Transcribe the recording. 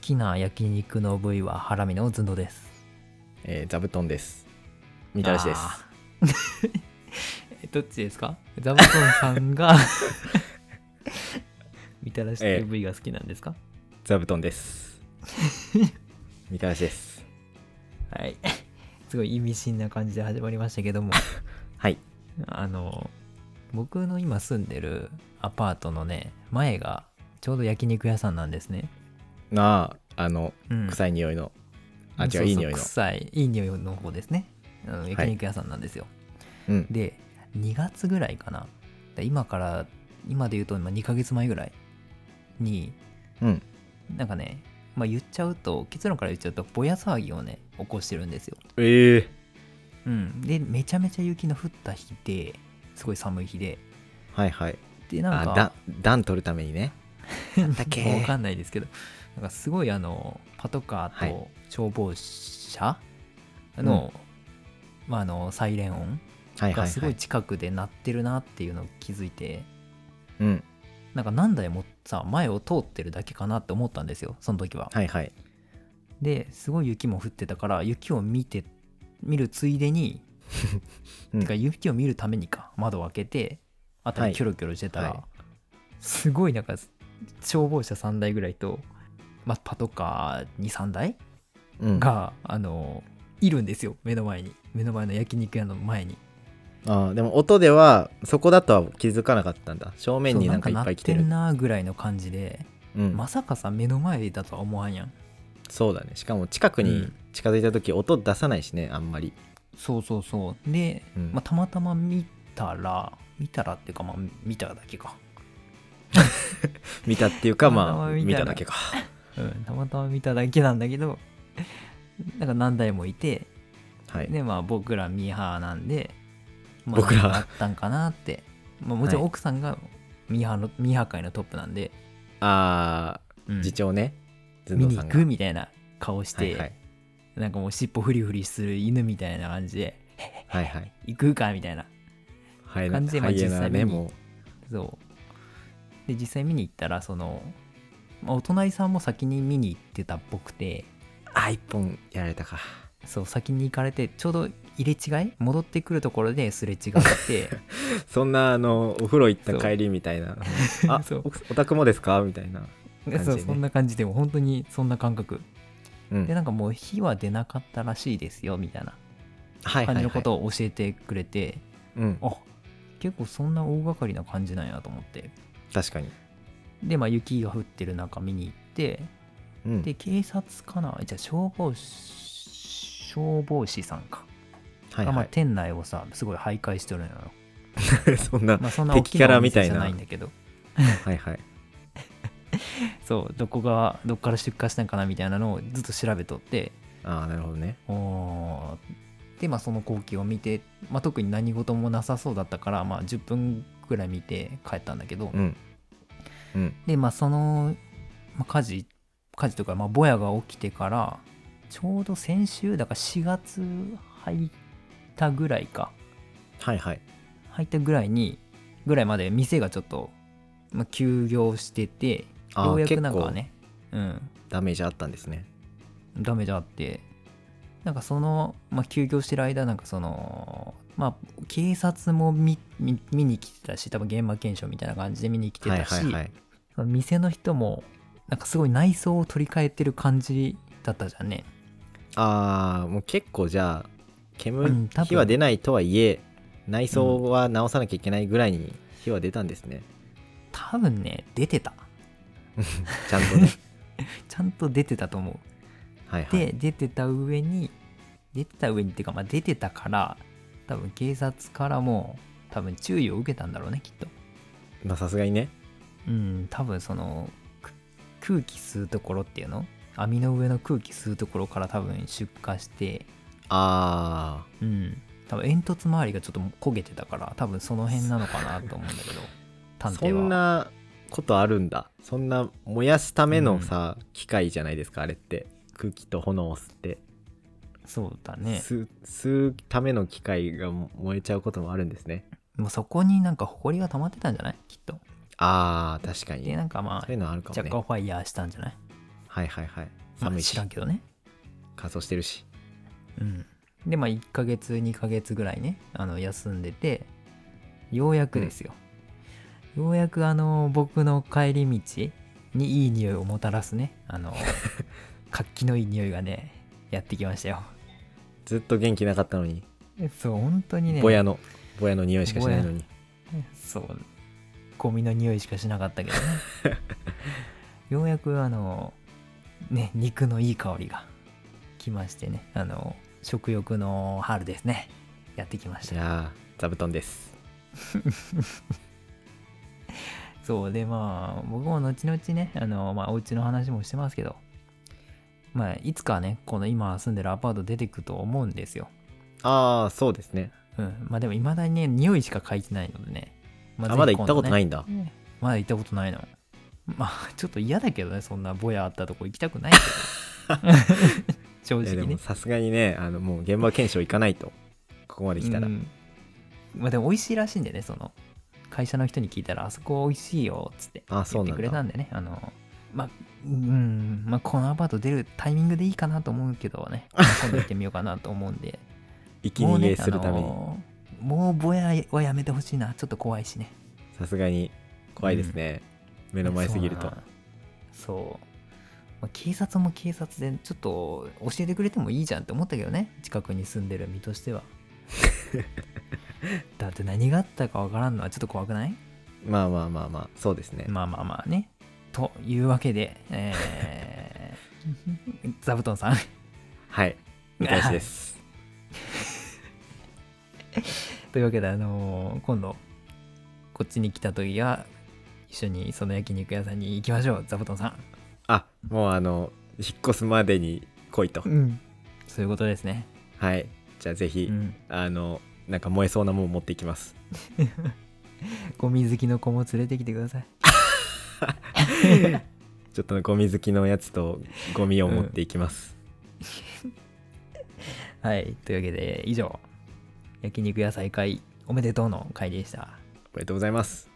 きな焼肉の部位はハラミのズンドですえー、座布団です。みたらしです。あーえどっちですかザバトンさん がみたらしという部位が好きなんですか、座布 団です。みたらしです。はいすごい意味深な感じで始まりましたけどもはい。あの僕の今住んでるアパートのね前がちょうど焼肉屋さんなんですね、なあ、あの、うん、臭い匂いの。あ、違、そうういいそう匂いの。臭いいい匂いの方ですねあの焼肉屋さんなんですよ、うん。で2月ぐらいかなで今から今で言うと2ヶ月前ぐらいにうん。なんかね、まあ、言っちゃうと結論から言っちゃうとぼや騒ぎをね起こしてるんですよ、ええうん、でめちゃめちゃ雪の降った日ですごい寒い日ではいはい。でなんあ、かだ、暖取るためにね。なん だっけわかんないですけどなんかすごいあのパトカーはと消防車の,、まあ、あのサイレン音はいはがい、すごはいい。近くで鳴ってるなっていうのを気づいてうん。なんか何台もさ前を通ってるだけかなって思ったんですよその時は。はいはい。ですごい雪も降ってたから雪を見て見るついでに、 うんてか雪を見るためにか窓を開けて辺はいりキョロキョロしてたら、はいすごいなんか消防車3台ぐらいと、まあ、パトカー23台うん。あが、あのいるんですよ目の前に目の前の焼肉屋の前にーでも音では、そこだとは気づかなかったんだ。正面になんかいっそうぱ鳴っい来ててる。んなぐらいの感じで、うん、まさかさ目の前だとは思わんやんそうだね。しかも近くうにん近づいた時、音出さないしね、あんまり。そうそうそうで、うんまあ、たまたま見たら見たらっていうかまあ見ただけか見たってい うか、たままあ、たま見見たたらだけか。うん、たまたま見ただけなんだけどなんか何台もいてはい。でまあ僕らミーハーなんで、ま僕らなんかあったんかなって、まあ、もちろんはい奥さんがミーハーの、ミーハー界のトップなんで、あうー、ん次長ね。ず見んにどうさ行んが。くみたいな顔して、はいはい。なんかもう尻尾フリフリする犬みたいな感じではいはい。行くかみたいなハイ感じでまあハイエ実ナ際ね、見にもう。そうで実際見に行ったらその、まあ、お隣さんも先に見に行ってたっぽくてあ、一本やられたか。 そう先に行かれてちょうど入れ違い戻ってくるところですれ違って そんな、あの、お風呂行ったそう帰りみ たいな。あそう、おお宅もですかみたいな。で感じそねうそんな感じでもう本当にそんな感覚うでん。なんかもう火は出なかったらしいですよみたいなはいは感いじのはいことを教えてくれて、うん。あ結構そんな大掛かりな感じなんやと思って確かに。でまあ雪が降ってる中見に行ってうん。で警察かなじゃあ消防士消防士さんか、はいがまはあ店内をさすごい徘徊してるのよ、い。 そんな。まあ、そんな大敵きキャなラおみた店じいゃなないんだけどはいはい。そうどこがどこから出荷したんかなみたいなのをずっと調べとってああ、なるほどね。おーでまあその光景を見て、まあ、特に何事もなさそうだったから、まあ、10分ぐらい見て帰ったんだけど、うん。うん。でまあその、まあ、火事火事というか、まあ、ぼやが起きてからちょうど先週だから4月入ったぐらいかはいはい。入ったぐらいにぐらいまで店がちょっと、まあ、休業しててあーようやくなんかね、うん、ダメージあったんですね。ダメージあってなんかその、まあ、休業してる間なんかそのまあ警察も見見見に来てたし多分現場検証みたいな感じで見に来てはいたし、はいはい。その店の人もなんかすごい内装を取り替えてる感じだったじゃんねああ、もう結構じゃうんあ、煙、多分火は出ないとはいえ、内装は直さなきゃいけないぐらいに火は出たんですね。多分ね出てたちゃんとね。 ちゃんと出てたと思うはいはい。で出てた上に出てた上にっていうか、まあ、出てたから多分警察からも多分注意を受けたんだろうねきっとまあさすがにね。うん多分そのく空気吸うところっていうの網の上の空気吸うところから多分出荷してあうん多分煙突周りがちょっと焦げてたから多分その辺なのかなと思うんだけ どあ、探そ偵はんなことあるんだ。そんな燃やすためうのんさ、機械じゃないですか、あれって。空気と炎を吸って、そうだね吸う吸うための機械が燃えちゃうこともあるんですね。もうそこになんか埃が溜まってたんじゃないきっとああ、確かに。でなんかまそういうのあるかもあね。若干ファイヤーしたんじゃないはいはいはいまあ寒い知し、らんけどね。乾燥してるしうん。で、まあ、1ヶ月、2ヶ月ぐらいね、あの、休んでて、ようやくですよ。ようやく、あの、僕の帰り道にいい匂いをもたらすね、あ の、活気のいい匂いがね、やってきましたよ。ずっと元気なかったのにそう、本当にね、ぼやのぼやの匂いしかしないのにそう、ゴミの匂いしかしなかったけど ね。ようやく、あの、ね、肉のいい香りが来ましてね、あの、食欲の春ですね、やってきましたい。やー座布団ですそうでまあ僕も後々ねあの、まあ、お家の話もしてますけどまあいつかねこの今住んでるアパート出てくと思うんですよ、ああそうですねうん、まあでもいまだにね匂いしか嗅いてないのでね、ま、あまだ行ったことないいんだねまだ行ったことないのまあちょっと嫌だけどねそんなぼやあったとこ行きたくない けど正いやで直ねもさすがにねあのもう現場検証行かないとここまで来たら、うんまあでも美味しいらしいんでねその会社の人に聞いたらあそこ美味しいよっつってあそ言ってうなんくれただんでねあのまあうんまあこのアパート出るタイミングでいいかなと思うけど ね今度行ってみようかなと思うんで息逃ねげするためあにのもうぼやはやめてほしいなちょっと怖いしねさすがに怖いですね、目の前すぎるそとうなそう、まあ、警察も警察でちょっと教えてくれてもいいじゃんって思ったけどね近くに住んでる身と してはだって何があったかわからんのはちょっと怖くないまあまあまあまあそうですね、まあまあまあね。というわけで、え ー、座布団さん、はい見返しです というわけで、あのー今度、こっちに来た時は、一緒にその焼肉屋さんに行きましょう、座布団さあもうあの引っ越すまでに来いと、ん。うん。そういうことですね。はいじゃあぜひ、うん。あのなんか燃えそうなもん持っていきますゴミ好きの子も連れてきてください。ちょっとゴミ好きのやつとゴミを持っていきます、はい。というわけで、以上、焼肉屋再開おめでとうの回でした。おめでとうございます